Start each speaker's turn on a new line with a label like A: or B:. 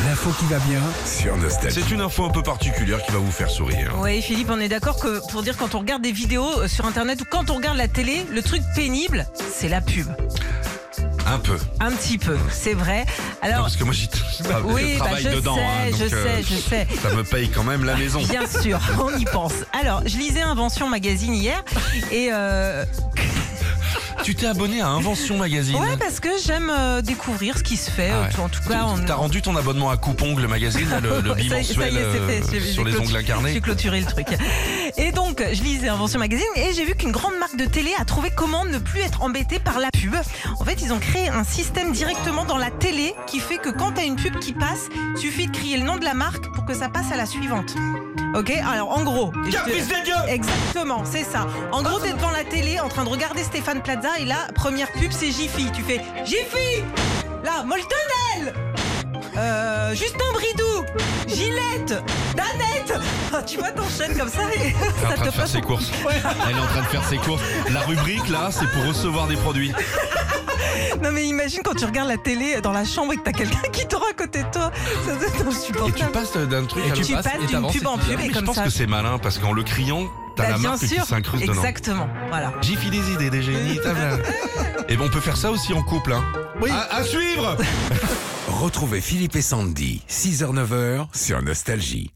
A: L'info qui va bien.
B: sur Nostalgie.
C: C'est une info un peu particulière qui va vous faire sourire.
D: Oui, Philippe, on est d'accord que pour dire quand on regarde des vidéos euh, sur Internet ou quand on regarde la télé, le truc pénible, c'est la pub.
C: Un peu.
D: Un petit peu, c'est vrai.
C: Non,
D: Alors,
C: parce que moi, j'y je tra-
D: oui,
C: je
D: bah,
C: travaille
D: je
C: dedans.
D: sais,
C: hein, donc,
D: je
C: euh,
D: sais, je sais.
C: Ça me paye quand même la maison.
D: Bien sûr, on y pense. Alors, je lisais Invention Magazine hier et euh,
C: Tu t'es abonné à Invention Magazine.
D: ouais parce que j'aime euh, découvrir ce qui se fait.
C: Ah ouais.
D: En tout cas, on
C: T'as rendu ton abonnement à Coupong, le magazine, là, le, le
D: Ça y est, ça y est, c'est
C: bimensuel euh,
D: fait, j'ai- j'ai
C: sur les
D: clôturé-
C: ongles incarnés.
D: J'ai clôturé le truc. Et donc, je lisais Invention Magazine et j'ai vu qu'une grande marque de télé a trouvé comment ne plus être embêtée par la pub. En fait, ils ont créé un système directement dans la télé qui fait que quand t'as une pub qui passe, suffit de crier le nom de la marque pour que ça passe à la suivante. Ok Alors, en gros. et je te- Exactement, c'est ça. En gros, t'es devant la télé en train de regarder Stéphane Plaza et là, première pub, c'est Jiffy. Tu fais Jiffy Là, Moltenel euh, Justin Bridou Gillette Danette Ah, Tu vois, t'enchaînes comme ça et
C: Elle est en
D: ça
C: train de
D: te
C: faire
D: passe.
C: ses courses. Elle est en train de faire ses courses. La rubrique, là, c'est pour recevoir des produits.
D: Non, mais imagine quand tu regardes la télé dans la chambre et que t'as quelqu'un qui t'aura à côté de toi. Ça doit être
C: Et tu
D: insupportable.
C: passes euh, d'un truc à
D: tu
C: l'autre.
D: passes d'une pub en pub et
C: Ah, Mais je
D: comme
C: pense
D: ça.
C: que c'est malin parce qu'en le criant, t'as
D: Bah,
C: la
D: bien
C: marque qui
D: sûr.
C: s'incruste dedans.
D: Exactement, voilà.
C: J'y file des idées, des génies. t'as bien. Et ben on peut faire ça aussi en couple. Hein.
A: Oui.
C: À- à suivre
B: Retrouvez Philippe et Sandy, 6h-9h sur Nostalgie.